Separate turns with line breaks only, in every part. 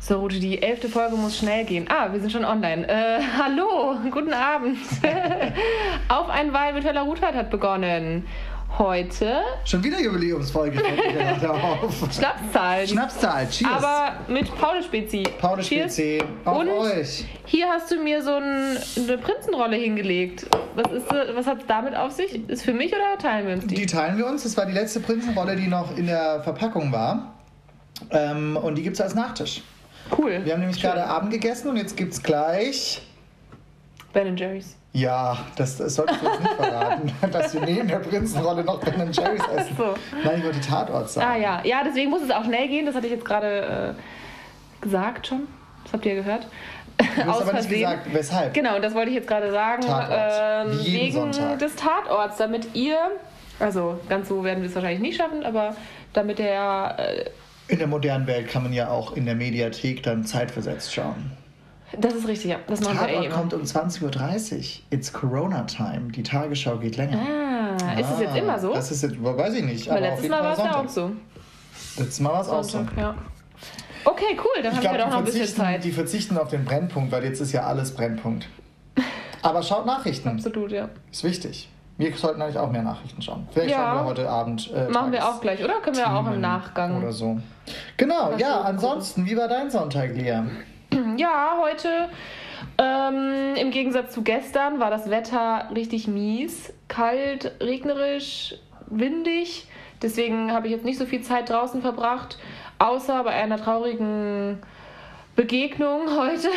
So, Rudi, die elfte Folge muss schnell gehen. Ah, wir sind schon online. Äh, hallo, guten Abend. Auf ein Wein mit Höller Ruthard hat begonnen. Heute
Schon wieder Jubiläumsfolge. fällt mir gerade auf.
Schnapszahl.
Schnapszahl, cheers.
Aber mit Paul Spezi.
Paul
Cheers.
Spezi, auf
Und
euch.
hier hast du mir so ein, eine Prinzenrolle hingelegt. Was, ist, was hat es damit auf sich? Ist für mich oder teilen wir uns die?
Die teilen wir uns. Das war die letzte Prinzenrolle, die noch in der Verpackung war. Ähm, und die gibt es als Nachtisch.
Cool.
Wir haben nämlich gerade Abend gegessen und jetzt gibt es gleich.
Ben Jerry's.
Ja, das, das solltest du jetzt nicht verraten, dass wir neben der Prinzenrolle noch Ben Jerry's essen.
So.
Nein, ich wollte Tatort sagen.
Ah ja, ja, deswegen muss es auch schnell gehen. Das hatte ich jetzt gerade äh, gesagt schon. Das habt ihr gehört.
du hast aber nicht gesagt, weshalb.
Genau, und das wollte ich jetzt gerade sagen.
Tatort.
Ähm,
Wie jeden
wegen
Sonntag.
des Tatorts, damit ihr, also ganz so werden wir es wahrscheinlich nicht schaffen, aber damit der, äh,
In der modernen Welt kann man ja auch in der Mediathek dann zeitversetzt schauen.
das ist richtig, ja, das machen wir eh
Tatort
immer.
kommt um 20.30 Uhr. It's Corona Time. Die Tagesschau geht länger.
Ah, ist es jetzt
Ah,
immer so?
Das ist jetzt, weiß ich nicht.
Weil
aber
letztes
auf jeden
Mal
Fall
war es ja
Sonntag.
auch so.
Letztes Mal war es auch so.
Sonntag, ja. Okay, cool, dann
Ich
haben wir
glaube,
doch
die,
noch ein bisschen
verzichten-
Zeit.
die verzichten auf den Brennpunkt, weil jetzt ist ja alles Brennpunkt. Aber schaut Nachrichten.
Absolut, ja.
Ist wichtig. Wir sollten eigentlich auch mehr Nachrichten schauen. Vielleicht
Ja.
schauen wir heute Abend. äh,
Machen wir
Tages-
auch gleich, oder? Können wir auch im
Themen
Nachgang.
Oder so. Genau,
Kannst du
ja,
gucken.
ansonsten, wie war dein Sonntag, Lea?
Ja, heute ähm, im Gegensatz zu gestern war das Wetter richtig mies, kalt, regnerisch, windig. Deswegen habe ich jetzt nicht so viel Zeit draußen verbracht, außer bei einer traurigen Begegnung heute.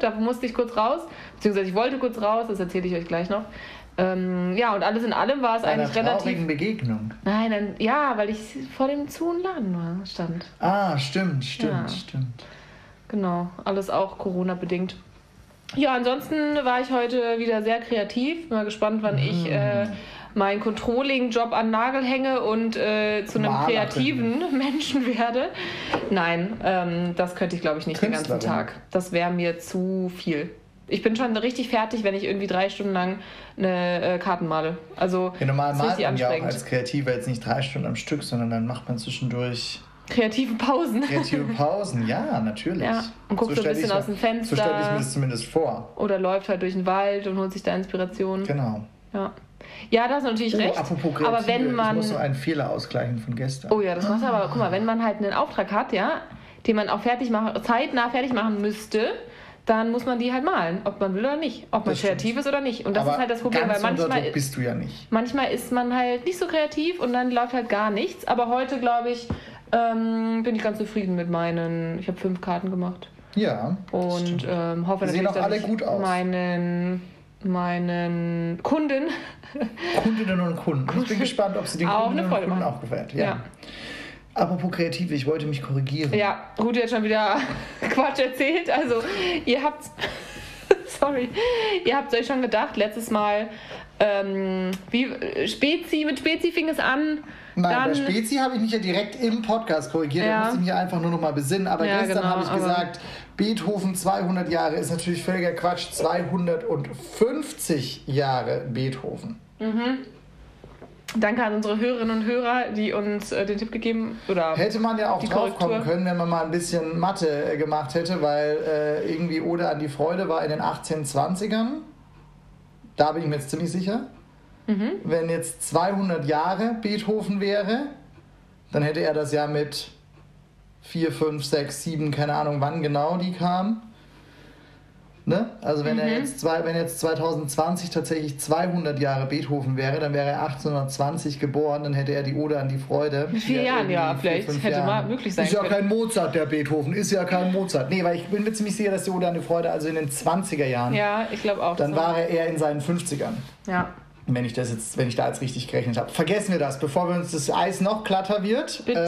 da musste ich kurz raus, beziehungsweise ich wollte kurz raus, das erzähle ich euch gleich noch. Ähm, ja, und alles in allem war es
Einer
eigentlich relativ.
traurigen Begegnung.
Nein, dann, ja, weil ich vor dem zu und Laden war, stand.
Ah, stimmt, stimmt,
Ja.
stimmt.
Genau, alles auch Corona-bedingt. Ja, ansonsten war ich heute wieder sehr kreativ. Bin mal gespannt, wann
Mhm.
ich äh, meinen Controlling-Job an Nagel hänge und äh, zu einem
Malerin.
kreativen Menschen werde. Nein, ähm, das könnte ich, glaube ich, nicht den ganzen
Künstlerin.
Tag. Das wäre mir zu viel. Ich bin schon richtig fertig, wenn ich irgendwie drei Stunden lang eine äh, Karten male. Also
Ja, normal
das ist
malt
richtig
man ja auch
anstrengend.
als Kreativer jetzt nicht drei Stunden am Stück, sondern dann macht man zwischendurch
Kreative Pausen.
kreative Pausen. Ja, natürlich.
Ja, und guckt so ein
stell ich
bisschen
mir-
aus dem
So stelle ich mir
Fenster.
das zumindest vor.
Oder läuft halt durch den Wald und holt sich da Inspiration.
Genau.
Ja. Ja, da hast du natürlich recht.
Oh, apropos Kreative,
aber wenn
ich
man.
muss noch einen Fehler ausgleichen von gestern.
Oh ja, das macht aber, guck mal, wenn man halt einen Auftrag hat, ja, den man auch fertig machen, zeitnah fertig machen müsste, dann muss man die halt malen, ob man will oder nicht. Ob man
Das stimmt.
kreativ ist oder nicht. Und das
aber
ist halt das Problem, weil
ganz unter
manchmal,
Druck bist du ja nicht.
manchmal ist man halt nicht so kreativ und dann läuft halt gar nichts. Aber heute, glaube ich, ähm, bin ich ganz zufrieden mit meinen. Ich habe fünf Karten gemacht.
Ja.
Und
stimmt.
ähm, hoffe
Die sehen
natürlich,
auch alle
dass
gut
ich
aus.
meinen meinen Kunden
Kundinnen und Kunden. Ich bin gespannt, ob sie den
Auch
Kundinnen
eine
und
Freude
Kunden
machen.
auch gefällt. Ja.
ja.
Apropos Kreative, ich wollte mich korrigieren.
Ja, Rudi hat schon wieder Quatsch erzählt. Also, ihr habt. Sorry. Ihr habt euch schon gedacht, letztes Mal, ähm, wie. Spezi, mit Spezi fing es an.
Nein,
dann,
bei Spezi habe ich mich ja direkt im Podcast korrigiert.
Ja.
Da muss ich mich einfach nur noch mal besinnen. Aber
Ja,
gestern
genau,
habe ich
aber-
gesagt, Beethoven 200 Jahre ist natürlich völliger Quatsch. 250 Jahre Beethoven.
Danke an unsere Hörerinnen und Hörer, die uns äh, den Tipp gegeben oder
Hätte man ja auch
Die
drauf
Korrektur.
kommen können, wenn man mal ein bisschen Mathe äh, gemacht hätte, weil äh, irgendwie Ode an die Freude war in den 1820ern. Da bin ich mir jetzt ziemlich sicher.
Mhm.
Wenn jetzt 200 Jahre Beethoven wäre, dann hätte er das ja mit 4, 5, 6, 7, keine Ahnung wann genau die kam. Ne? Also wenn,
Mhm.
er jetzt zwei, wenn jetzt 2020 tatsächlich 200 Jahre Beethoven wäre, dann wäre er 1820 geboren, dann hätte er die Ode an die Freude. Mit
vier Jahren, ja, vielleicht. Hätte mal möglich sein
Ist ja
können.
kein Mozart, der Beethoven, ist ja kein Mozart. Nee, weil ich bin mir ziemlich sicher, dass die Ode an die Freude also in den 20er Jahren,
Ja, ich glaube auch.
dann
das
war er eher in seinen 50ern.
Ja.
Wenn ich das jetzt, wenn ich da jetzt richtig gerechnet habe. Vergessen wir das, bevor wir uns das Eis noch glatter wird.
Bitte,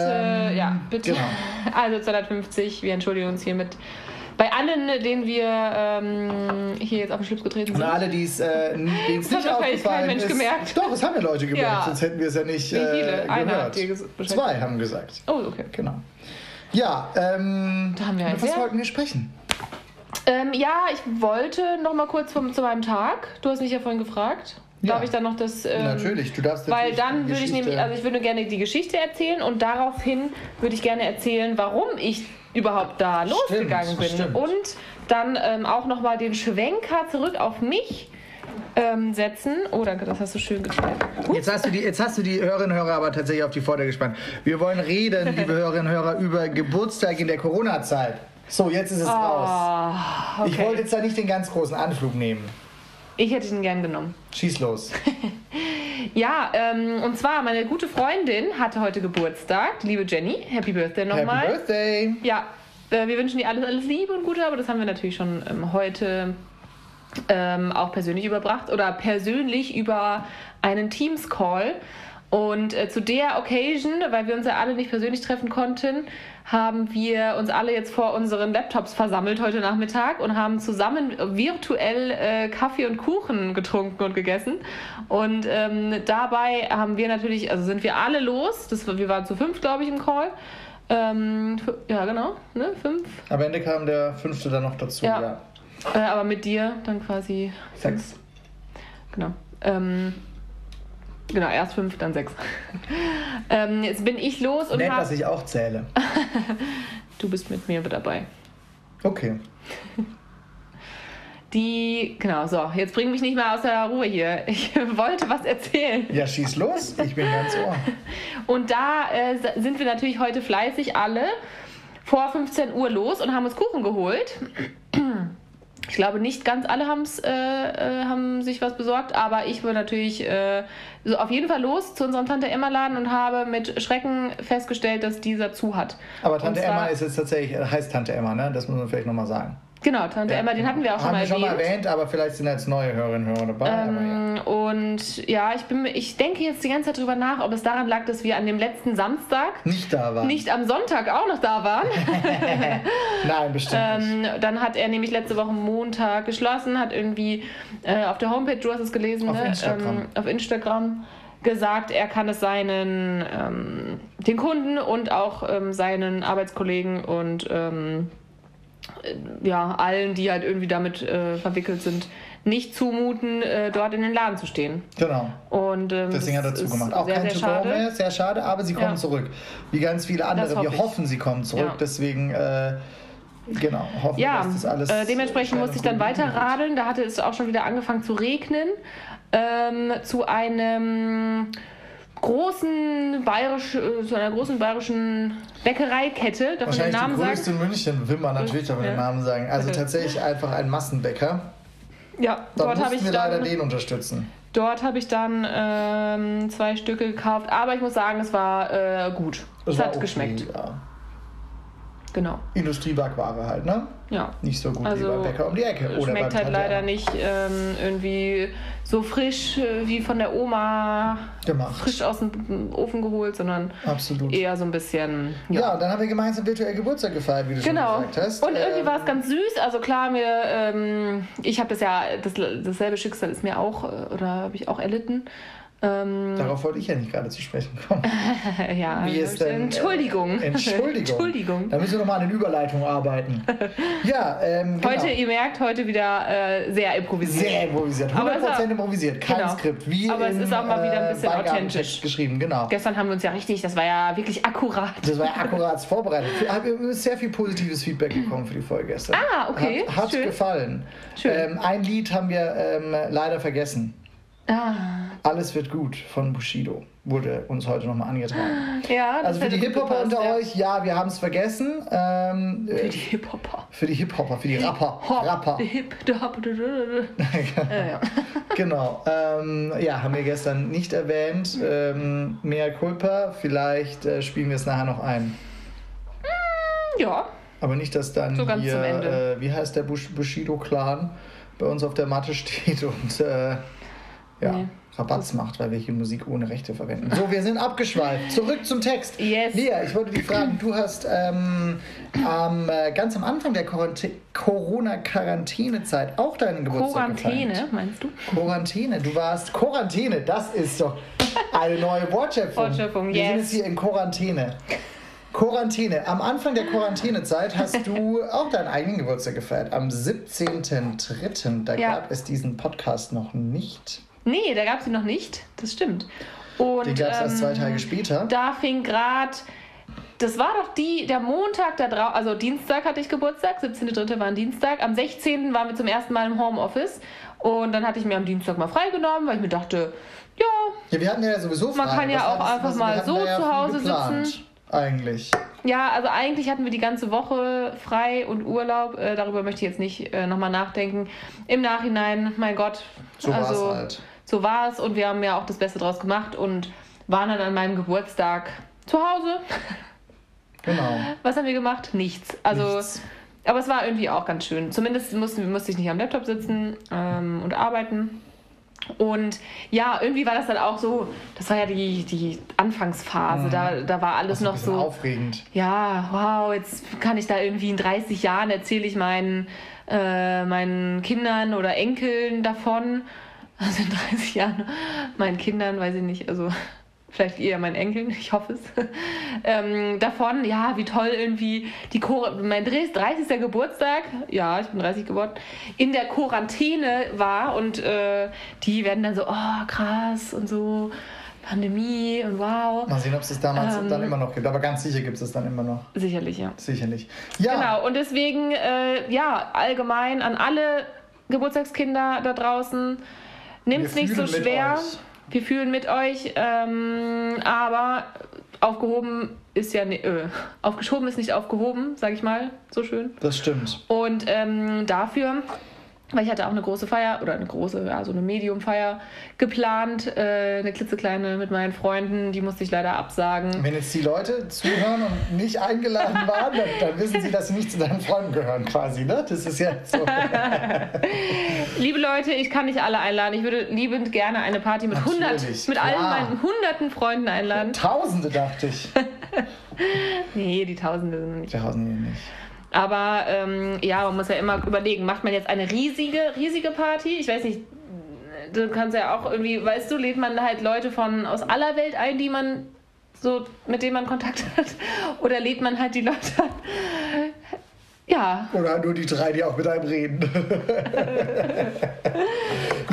Ähm,
ja, bitte.
Genau.
Also 250, wir entschuldigen uns hiermit bei allen, denen wir ähm, hier jetzt auf den Schlips getreten
Und
sind.
alle, die es äh, n- denen's
Das hat wahrscheinlich
nicht
kein
aufgefallen
Mensch
ist,
gemerkt.
Doch, es haben ja Leute gemerkt,
Ja.
sonst hätten wir es ja nicht
Wie viele?
äh,
Einer hat
gehört.
dir ges- Bescheid
Zwei haben gesagt.
Oh, okay.
Genau. Ja, ähm,
Da haben wir einen
über was
sehr-
wollten wir sprechen?
Ähm, ja, ich wollte noch mal kurz vom, zu meinem Tag. Du hast mich ja vorhin gefragt. Darf
Ja.
ich dann noch das. ähm,
Natürlich, du darfst
Weil
natürlich
dann
die
würde ich
Geschichte-
nämlich, also ich würde gerne die Geschichte erzählen und daraufhin würde ich gerne erzählen, warum ich überhaupt da losgegangen bin.
stimmt.
Und dann ähm, auch nochmal den Schwenker zurück auf mich ähm, setzen. Oh, danke, das hast du schön gespielt.
Jetzt hast, du die, jetzt hast du die Hörerinnen und Hörer aber tatsächlich auf die Vorder gespannt. Wir wollen reden, liebe Hörerinnen und Hörer, über Geburtstag in der Corona-Zeit. So, jetzt ist es raus.
Ah,
Ich
okay.
wollte jetzt da nicht den ganz großen Anflug nehmen.
ich hätte ihn gern genommen.
Schieß los.
Ja, ähm, und zwar meine gute Freundin hatte heute Geburtstag. Liebe Jenny, Happy Birthday
Happy
nochmal.
Birthday!
Ja, äh, wir wünschen dir alles, alles Liebe und Gute, aber das haben wir natürlich schon ähm, heute ähm, auch persönlich überbracht oder persönlich über einen Teams-Call. Und äh, zu der Occasion, weil wir uns ja alle nicht persönlich treffen konnten, haben wir uns alle jetzt vor unseren Laptops versammelt heute Nachmittag und haben zusammen virtuell äh, Kaffee und Kuchen getrunken und gegessen. Und ähm, dabei haben wir natürlich, also sind wir alle los, das, war- wir waren zu fünf, glaube ich, im Call. Ähm, fü- ja, genau, ne? Fünf.
Am Ende kam der fünfte dann noch dazu.
Ja.
Ja.
Äh, aber mit dir dann quasi
Sechs.
Genau. Ähm, genau, erst fünf, dann sechs. ähm, jetzt bin ich los und
Nett, dass
hab,
ich auch zähle.
du bist mit mir dabei.
Okay.
Die, genau, so, jetzt bring mich nicht mehr aus der Ruhe hier. Ich wollte was erzählen.
Ja, schieß los. Ich bin ganz ohr.
Und da äh, s- sind wir natürlich heute fleißig alle vor 15 Uhr los und haben uns Kuchen geholt. Ich glaube, nicht ganz alle haben's, äh, äh, haben sich was besorgt, aber ich war natürlich äh, so auf jeden Fall los zu unserem Tante Emma-Laden und habe mit Schrecken festgestellt, dass dieser zu hat.
Aber
Und
Tante
zwar-
Emma ist jetzt tatsächlich, heißt Tante Emma, ne? Das muss man vielleicht nochmal sagen.
Genau, Tante Emma, den hatten wir auch schon
Haben
mal
wir schon
erwähnt.
mal erwähnt, aber vielleicht sind jetzt neue Hörerinnen und Hörer dabei. aber ja.
Ähm, Und ja, ich, bin, mir- ich denke jetzt die ganze Zeit drüber nach, ob es daran lag, dass wir an dem letzten Samstag
Nicht da war.
nicht am Sonntag auch noch da waren.
Nein, bestimmt nicht.
Ähm, dann hat er nämlich letzte Woche Montag geschlossen, hat irgendwie äh, auf der Homepage, du hast es gelesen,
Auf
ne?
Instagram.
Ähm, auf Instagram gesagt, er kann es seinen ähm, den Kunden und auch ähm, seinen Arbeitskollegen und ähm, äh, ja, allen, die halt irgendwie damit äh, verwickelt sind, nicht zumuten, äh, dort in den Laden zu stehen.
Genau.
Und ähm,
Deswegen hat
das
er
ist
zugemacht. Auch
sehr,
kein
sehr
To-Go
schade.
mehr, sehr schade, aber sie kommen
Ja.
zurück. Wie ganz viele andere.
hoffe
wir
ich.
hoffen, sie kommen zurück.
Ja.
Deswegen, äh, genau, hoffen wir,
Ja,
dass das alles.
äh, dementsprechend
schnell
musste ich
und
dann
gut
weiter
geht.
radeln. Da hatte es auch schon wieder angefangen zu regnen. Ähm, zu einem großen bayerisch, äh, zu einer großen bayerischen Bäckereikette. Darf man den
Wahrscheinlich
Namen
die größte
sagen?
in München, will man natürlich darf man den
Ja.
Namen sagen. Also tatsächlich einfach ein Massenbäcker.
Ja,
Dann
dort habe
mussten
ich
wir leider
dann,
den unterstützen.
dort habe ich dann ähm, zwei Stücke gekauft. Aber ich muss sagen, es war äh, gut.
Das
es
war
hat
okay,
geschmeckt.
Ja.
Genau.
Industriebackware halt, ne?
Ja.
Nicht so gut
Also,
wie bei Bäcker um die Ecke. Oder beim
Schmeckt halt
Tante
leider
Emma.
nicht ähm, irgendwie so frisch äh, wie von der Oma
Gemacht.
frisch aus dem Ofen geholt, sondern
Absolut.
eher so ein bisschen.
Ja. und dann haben wir gemeinsam virtuell Geburtstag gefeiert, wie du
Genau.
schon gesagt hast.
Und irgendwie
Ähm,
war es ganz süß. Also klar, mir, ähm, ich habe das ja, das, dasselbe Schicksal ist mir auch, äh, oder habe ich auch erlitten. Ähm,
Darauf wollte ich ja nicht gerade zu sprechen kommen.
ja,
Wie es denn,
Entschuldigung.
Äh, Entschuldigung.
Entschuldigung.
Da müssen wir nochmal an den Überleitungen arbeiten. Ja, ähm, genau.
Heute, ihr merkt, heute wieder äh, sehr improvisiert.
sehr improvisiert. 100%
Aber es war-
improvisiert, kein
Genau.
Skript. Wie
Aber es
im,
ist auch mal wieder ein
äh,
bisschen
Beigabentext
authentisch.
geschrieben, genau.
Gestern haben wir uns ja richtig, das war ja wirklich akkurat.
Das war ja akkurat vorbereitet. Ich habe übrigens sehr viel positives Feedback bekommen für die Folge gestern.
Ah, okay,
Hat, hat
schön.
gefallen.
Schön.
Ähm, ein Lied haben wir ähm, leider vergessen.
Ah,
Alles wird gut von Bushido wurde uns heute nochmal angetragen.
ja, das
Also für
hätte
die
gut
Hip-Hopper
gepasst,
unter
ja.
euch, ja, wir haben es vergessen. Ähm,
Für
äh,
die Hip-Hopper.
für die Hip-Hopper, für die äh, Rapper.
Hop,
Rapper.
die Hip, die Hop, die- die- die- die. ja, ja.
Genau. Ähm, ja, haben wir gestern nicht erwähnt.
Mhm.
Ähm, mehr Culpa. Vielleicht äh, spielen wir es nachher noch ein.
ja,
Aber nicht, dass dann
So ganz
hier,
zum Ende.
Äh, wie heißt der Bush Bushido-Clan, bei uns auf der Matte steht und äh, ja,
Nee.
Rabatz macht, weil wir hier Musik ohne Rechte verwenden. So, wir sind abgeschweift. Zurück zum Text.
Yes.
Lea, ich wollte dich fragen, du hast ähm, am, äh, ganz am Anfang der Quarantä- Corona-Quarantäne-Zeit auch deinen Geburtstag gefeiert.
Quarantäne, meinst du?
Quarantäne, du warst Quarantäne, das ist doch eine neue Wortschöpfung.
Wortschöpfung,
Wir sind
yes.
jetzt hier in Quarantäne. Quarantäne. Am Anfang der Quarantänezeit hast du auch deinen eigenen Geburtstag gefeiert. Am 17.03. Da
Ja.
gab es diesen Podcast noch nicht.
Nee, da gab es ihn noch nicht. Das stimmt. Und, ähm,
Die gab es erst zwei Tage später.
Da fing gerade, das war doch die, der Montag da drauf, also Dienstag hatte ich Geburtstag, 17.3. war ein Dienstag, am 16. waren wir zum ersten Mal im Homeoffice und dann hatte ich mir am Dienstag mal freigenommen, weil ich mir dachte, ja,
Ja, wir hatten ja sowieso
Man
Fragen.
kann ja
Was
auch
hattest-
einfach
was-
mal
wir hatten
so
da ja
zu
viel
Hause
geplant,
sitzen.
Eigentlich.
ja, also eigentlich hatten wir die ganze Woche frei und Urlaub, äh, darüber möchte ich jetzt nicht äh, nochmal nachdenken. Im Nachhinein, mein Gott,
So war's
also
halt.
so war es und wir haben ja auch das Beste draus gemacht und waren dann an meinem Geburtstag zu Hause.
Genau.
Was haben wir gemacht? Nichts. Also,
Nichts.
aber es war irgendwie auch ganz schön. Zumindest musste, musste ich nicht am Laptop sitzen ähm, und arbeiten. Und ja, irgendwie war das dann auch so, das war ja die, die Anfangsphase, da, da war alles
Ist
noch so,
aufregend.
ja, wow, jetzt kann ich da irgendwie in 30 Jahren erzähle ich meinen, äh, meinen Kindern oder Enkeln davon. Also in 30 Jahren meinen Kindern, weiß ich nicht, also vielleicht eher meinen Enkeln, ich hoffe es. Ähm, davon, ja, wie toll irgendwie die Chor mein 30. Geburtstag, ja, ich bin 30 geworden, in der Quarantäne war und äh, die werden dann so, oh krass und so, Pandemie und wow.
Mal sehen, ob es das damals
Ähm.
dann immer noch gibt. Aber ganz sicher gibt es das dann immer noch.
Sicherlich, ja.
Sicherlich. Ja,
Genau, und deswegen, äh, ja, allgemein an alle Geburtstagskinder da draußen, nehmt es
Wir
nicht so
fühlen mit
schwer.
euch.
Wir fühlen mit euch, ähm, aber aufgehoben ist ja, ni- äh, aufgeschoben ist nicht aufgehoben, sag ich mal, so schön.
das stimmt.
Und ähm, dafür, weil ich hatte auch eine große Feier oder eine große, ja, so eine Medium-Feier geplant, äh, eine klitzekleine mit meinen Freunden, die musste ich leider absagen.
Wenn jetzt die Leute zuhören und nicht eingeladen waren, dann, dann wissen sie, dass sie nicht zu deinen Freunden gehören quasi, ne? Das ist ja so.
Liebe Leute, ich kann nicht alle einladen. Ich würde liebend gerne eine Party mit
Natürlich,
100, mit allen
klar.
meinen hunderten Freunden einladen.
Tausende dachte ich.
Nee, die Tausende sind noch nicht.
Tausende nicht.
Aber ähm, ja, man muss ja immer überlegen, macht man jetzt eine riesige, riesige Party? Ich weiß nicht, du kannst ja auch irgendwie, weißt du, lädt man halt Leute von aus aller Welt ein, die man so, mit denen man Kontakt hat? Oder lädt man halt die Leute an? Ja,
Oder nur die drei, die auch mit einem reden.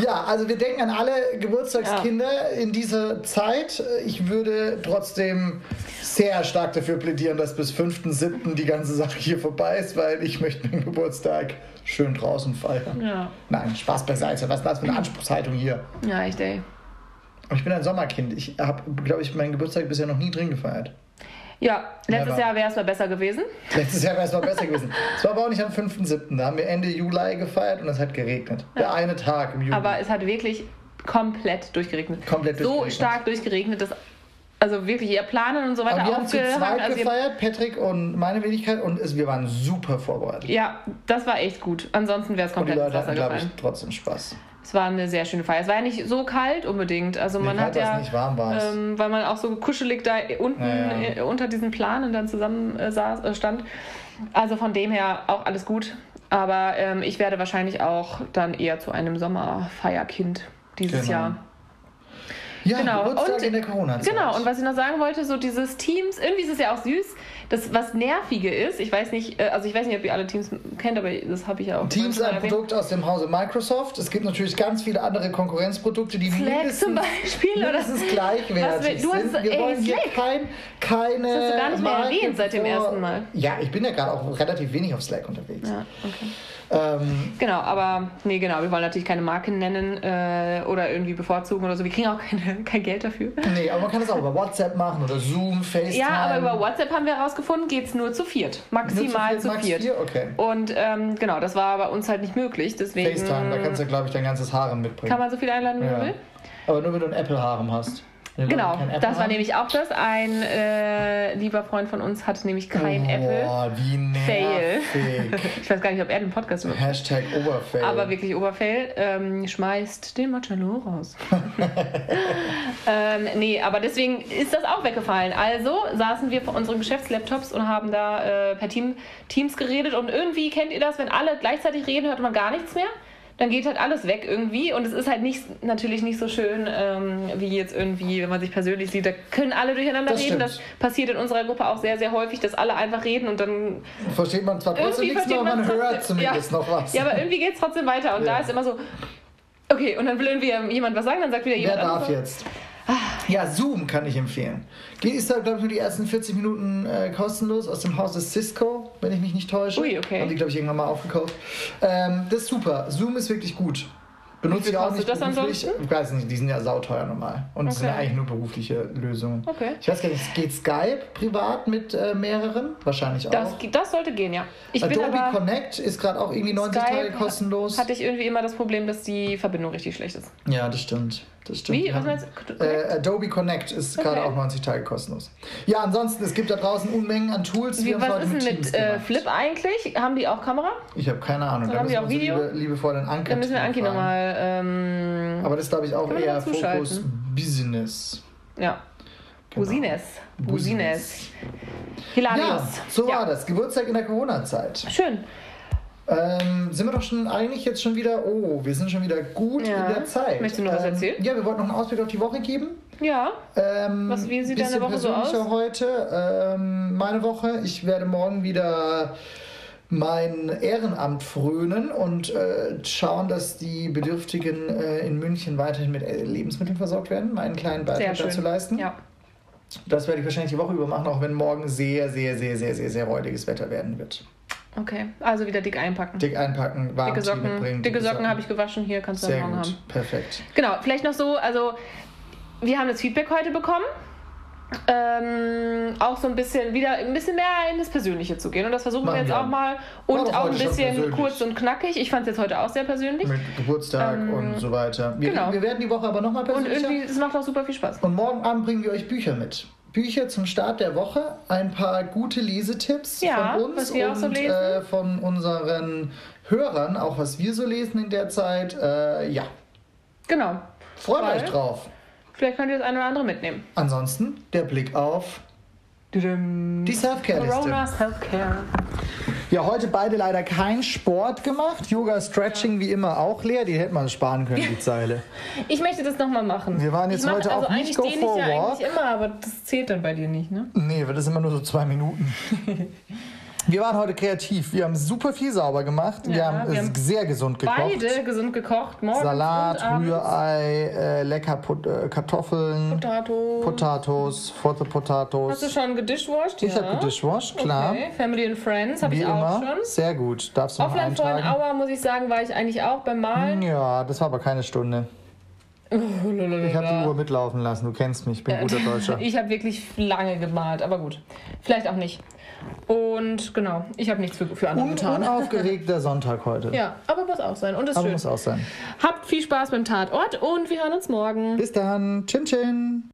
ja, also wir denken an alle Geburtstagskinder in dieser Zeit. Ich würde trotzdem sehr stark dafür plädieren, dass bis 5.7. die ganze Sache hier vorbei ist, weil ich möchte meinen Geburtstag schön draußen feiern.
ja,
Nein, Spaß beiseite. Was ist das für
Mhm.
eine Anspruchshaltung hier?
ja, echt, ey.
Ich bin ein Sommerkind. Ich habe, glaube ich, meinen Geburtstag bisher noch nie drin gefeiert.
Ja, letztes
Never.
Jahr wäre es mal besser gewesen.
Letztes Jahr wäre es noch besser gewesen. Es war aber auch nicht am 5.7. Da haben wir Ende Juli gefeiert und es hat geregnet. Der eine Tag im Juli.
Aber es hat wirklich komplett durchgeregnet.
Komplett
So
durchgeregnet.
stark durchgeregnet, dass also wirklich ihr Planen und so weiter
Aber wir haben zu
aufgehangen,
zweit
also ihr-
gefeiert, Patrick und meine Wenigkeit, und es, wir waren super vorbereitet.
Ja, das war echt gut. Ansonsten wäre es
und Oh, die
komplett ins
Leute
Wasser
hatten, glaube ich,
gefallen.
trotzdem Spaß.
Es war eine sehr schöne Feier. Es war ja nicht so kalt unbedingt. Also man
nee,
hat
kalt war's
ja,
nicht warm war es.
ähm, weil man auch so kuschelig da unten
Ja, ja.
äh, unter diesen Planen dann zusammen äh, saß, äh, stand. Also von dem her auch alles gut. Aber ähm, ich werde wahrscheinlich auch dann eher zu einem Sommerfeierkind dieses
Genau.
Jahr.
ja,
genau.
Geburtstag
Und-
in der Corona-Zeit.
Genau, und was ich noch sagen wollte, so dieses Teams, irgendwie ist es ja auch süß, das was Nervige ist, ich weiß nicht, äh, also ich weiß nicht, ob ihr alle Teams kennt, aber das habe ich ja auch
Teams,
schon mal
ein
erwähnt.
Produkt aus dem Hause Microsoft. Es gibt natürlich ganz viele andere Konkurrenzprodukte, die
Slack
mindestens,
zum Beispiel, oder?
mindestens gleichwertig
Was wir- du hast-
sind. Wir
ey,
wollen hier
Slack.
kein, keine
Das hast du gar nicht mehr
Marke
erwähnt seit dem
vor-
ersten Mal.
Ja, ich bin ja gerade auch relativ wenig auf Slack unterwegs.
Ja, okay.
Ähm,
Genau, aber nee, genau, wir wollen natürlich keine Marken nennen äh, oder irgendwie bevorzugen oder so, wir kriegen auch keine, kein Geld dafür.
nee, aber man kann das auch über WhatsApp machen oder Zoom, FaceTime.
Ja, aber über WhatsApp haben wir herausgefunden, geht es nur zu viert,
Nur
maximal zu
Max
viert.
vier? Okay.
Und ähm, genau, das war bei uns halt nicht möglich, deswegen
FaceTime, da kannst du, glaube ich, dein ganzes Haaren mitbringen.
kann man so viel einladen, wie man will.
Aber nur wenn du ein Apple-Haaren hast. Wenn die Leute
Genau,
Ne? kein Apple
das war
haben-
nämlich auch das. Ein äh, lieber Freund von uns hatte nämlich kein
Oh.
Apple.
Boah, wie
Fail.
nervig.
Ich weiß gar nicht, ob er den Podcast macht.
Hashtag Oberfail.
Aber wirklich Oberfell ähm, schmeißt den Marcello raus. ähm, nee, aber deswegen ist das auch weggefallen. Also saßen wir vor unseren Geschäftslaptops und haben da äh, per Team, Teams geredet. Und irgendwie kennt ihr das, wenn alle gleichzeitig reden, hört man gar nichts mehr. Dann geht halt alles weg irgendwie. Und es ist halt nicht, natürlich nicht so schön, ähm, wie jetzt irgendwie, wenn man sich persönlich sieht. Da können alle durcheinander
Das
reden. Das
stimmt.
passiert in unserer Gruppe auch sehr, sehr häufig, dass alle einfach reden und dann
versteht man zwar trotzdem nichts,
versteht
aber man
man's
hört
trotzdem.
zumindest
ja.
noch was.
Ja, aber irgendwie geht es trotzdem weiter. Und
Ja.
da ist immer so, Okay, und dann will irgendwie jemand was sagen, dann sagt wieder jemand
Wer darf
anderes was.
jetzt? Ja, Zoom kann ich empfehlen. Geht ist da, glaube ich, nur die ersten 40 Minuten äh, kostenlos aus dem Haus des Cisco, wenn ich mich nicht täusche.
Ui, okay.
Haben die, glaube ich, irgendwann mal aufgekauft. Ähm, das ist super. Zoom ist wirklich gut.
Wie
Benutze
viel
ich auch
kostet
nicht
das
beruflich. Ich weiß nicht, die sind ja sauteuer normal. Und es sind ja
Okay.
eigentlich nur berufliche Lösungen.
Okay.
Ich weiß gar nicht, geht Skype privat mit äh, mehreren? Wahrscheinlich auch.
Das, ge- das sollte gehen, ja. Ich bin
Adobe
aber
Connect ist gerade auch irgendwie 90 Tage
Skype
kostenlos.
hatte ich irgendwie immer das Problem, dass die Verbindung richtig schlecht ist.
Ja, das stimmt. Das stimmt.
Wie? Also,
Wir
Was
haben-
meinst du? Connect?
Äh, Adobe Connect ist gerade auch 90 Tage kostenlos. Ja, ansonsten, es gibt da draußen Unmengen an Tools.
Wie,
Wir haben
was
es
ist
heute
denn mit äh,
gemacht.
Flip eigentlich? Haben die auch Kamera?
Ich habe keine Ahnung.
Dann haben wir auch
müssen wir
Video.
unsere Liebe, liebevoll den Anker.
Dann müssen wir Anki nochmal. Ähm,
Aber das ist, glaube ich, auch
Können wir
eher
noch
Fokus Business.
ja.
Genau.
Busines.
Busines.
Busines.
Ja,
Hilarius.
so
Ja.
war das. Geburtstag in der Corona-Zeit.
Schön.
Ähm, sind wir doch schon eigentlich jetzt schon wieder, oh, wir sind schon wieder gut
Ja.
in der Zeit.
Möchtest du noch
ähm,
was erzählen?
Ja, wir wollten noch einen Ausblick auf die Woche geben.
Ja.
Ähm,
Was- wie sieht
bisschen
deine Woche so
persönlicher
aus?
heute. Ähm, meine Woche, ich werde morgen wieder mein Ehrenamt frönen und äh, schauen, dass die Bedürftigen äh, in München weiterhin mit äh, Lebensmitteln versorgt werden, meinen kleinen
Sehr
Beitrag
schön.
Äh, dazu leisten.
Ja.
Das werde ich wahrscheinlich die Woche über machen, auch wenn morgen sehr, sehr, sehr, sehr, sehr, sehr räudiges Wetter werden wird.
Okay. Also wieder dick einpacken.
Dick einpacken, warm
Dicke Socken.
mitbringen.
Dicke Socken habe ich gewaschen. Hier kannst du
Sehr
dann morgen
gut,
haben.
perfekt.
Genau, vielleicht noch so, also wir haben das Feedback heute bekommen. Ähm, auch so ein bisschen wieder ein bisschen mehr in das Persönliche zu gehen. Und das versuchen
Machen
wir jetzt
wir.
auch mal.
War
Und
doch
auch
heute
ein
schon
bisschen
persönlich.
kurz und knackig. Ich fand es jetzt heute auch sehr persönlich.
Mit Geburtstag und so weiter. Wir,
Ähm, genau.
wir werden die Woche aber nochmal
Und
persönlicher.
irgendwie, es macht auch super viel Spaß.
Und morgen Abend bringen wir euch Bücher mit. Bücher zum Start der Woche, ein paar gute Lesetipps
Ja,
von uns
was wir auch
und
so lesen.
äh, von unseren Hörern, auch was wir so lesen in der Zeit. Äh, ja,
Genau.
freut
Voll.
euch drauf.
Vielleicht könnt ihr das eine oder andere mitnehmen.
Ansonsten der Blick auf die Selfcare-Liste.
Corona Self-Care.
Ja, heute beide leider keinen Sport gemacht. Yoga, Stretching wie immer auch leer. Die hätten wir sparen können, die Zeile.
Ich möchte das nochmal machen.
Wir waren jetzt
ich mach-
heute
also
auch
eigentlich
nicht
den
go
ich
for
ja
walk.
eigentlich immer, aber das zählt dann bei dir nicht, ne?
Nee, weil das sind immer nur so zwei Minuten. Wir waren heute kreativ. Wir haben super viel sauber gemacht. wir
Ja,
haben
wir
es
haben
sehr gesund gekocht.
Beide gesund gekocht, morgens und
Salat,
abends.
Rührei, äh, lecker Put äh, Kartoffeln,
Potato.
Potatoes, Forte
Hast du
Potatoes.
schon gedishwashed?
Ich habe gedishwashed, klar.
Okay. Family and Friends habe
Wie
ich auch
immer.
schon.
Sehr gut. Darfst du noch
Offline for an
eintragen?
Hour, muss ich sagen, war ich eigentlich auch beim Malen. Oh,
Ja, das war aber keine Stunde. Hm. Ich habe die Uhr mitlaufen lassen. Du kennst mich, ich bin guter Deutscher.
Ich habe wirklich lange gemalt, aber gut. Vielleicht auch nicht. Und genau, ich habe nichts für, für andere
Un
getan.
unaufgeregter Sonntag heute.
Ja, aber muss auch sein. Und ist
Aber
schön.
muss auch sein.
Habt viel Spaß beim Tatort und wir hören uns morgen.
Bis dann. Tschin, tschin.